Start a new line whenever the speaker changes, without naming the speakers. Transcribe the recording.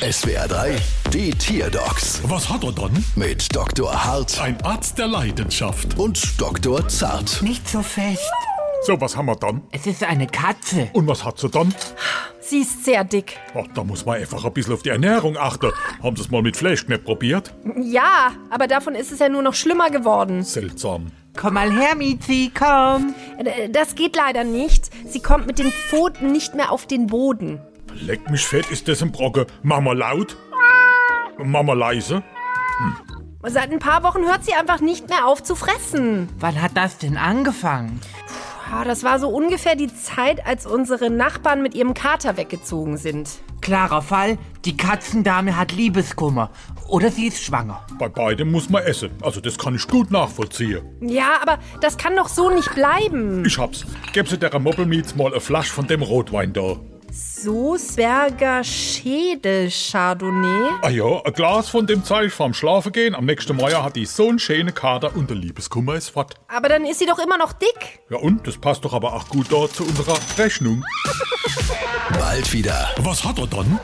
SWR 3, die Tierdocs
Was hat er dann?
mit Dr. Hart
Ein Arzt der Leidenschaft.
und Dr. Zart.
Nicht so fest.
So, was haben wir dann?
Es ist eine Katze.
Und was hat sie dann?
Sie ist sehr dick.
Ach, da muss man einfach ein bisschen auf die Ernährung achten. Haben Sie es mal mit Fleischknepp probiert?
Ja, aber davon ist es ja nur noch schlimmer geworden.
Seltsam.
Komm mal her, Mizi, komm.
D- Äh, Das geht leider nicht. Sie kommt mit den Pfoten nicht mehr auf den Boden.
Leck mich fett, ist das ein Brocke. Mama laut? Mama leise?
Seit ein paar Wochen hört sie einfach nicht mehr auf zu fressen.
Wann hat das denn angefangen?
Ah, Das war so ungefähr die Zeit, als unsere Nachbarn mit ihrem Kater weggezogen sind.
Klarer Fall, die Katzendame hat Liebeskummer. Oder sie ist schwanger.
Bei beidem muss man essen. Also, das kann ich gut nachvollziehen.
Ja, aber das kann doch so nicht bleiben.
Ich hab's. Gäb sie der Moppelmietz mal eine Flasche von dem Rotwein da.
So Zwerger Schädel Chardonnay.
Ah ja, ein Glas von dem Zeug vorm Schlafen gehen. Am nächsten Morgen hat die so einen schönen Kater und der Liebeskummer ist fort.
Aber dann ist sie doch immer noch dick.
Ja und, das passt doch aber auch gut dort zu unserer Rechnung.
Bald wieder.
Was hat er dann?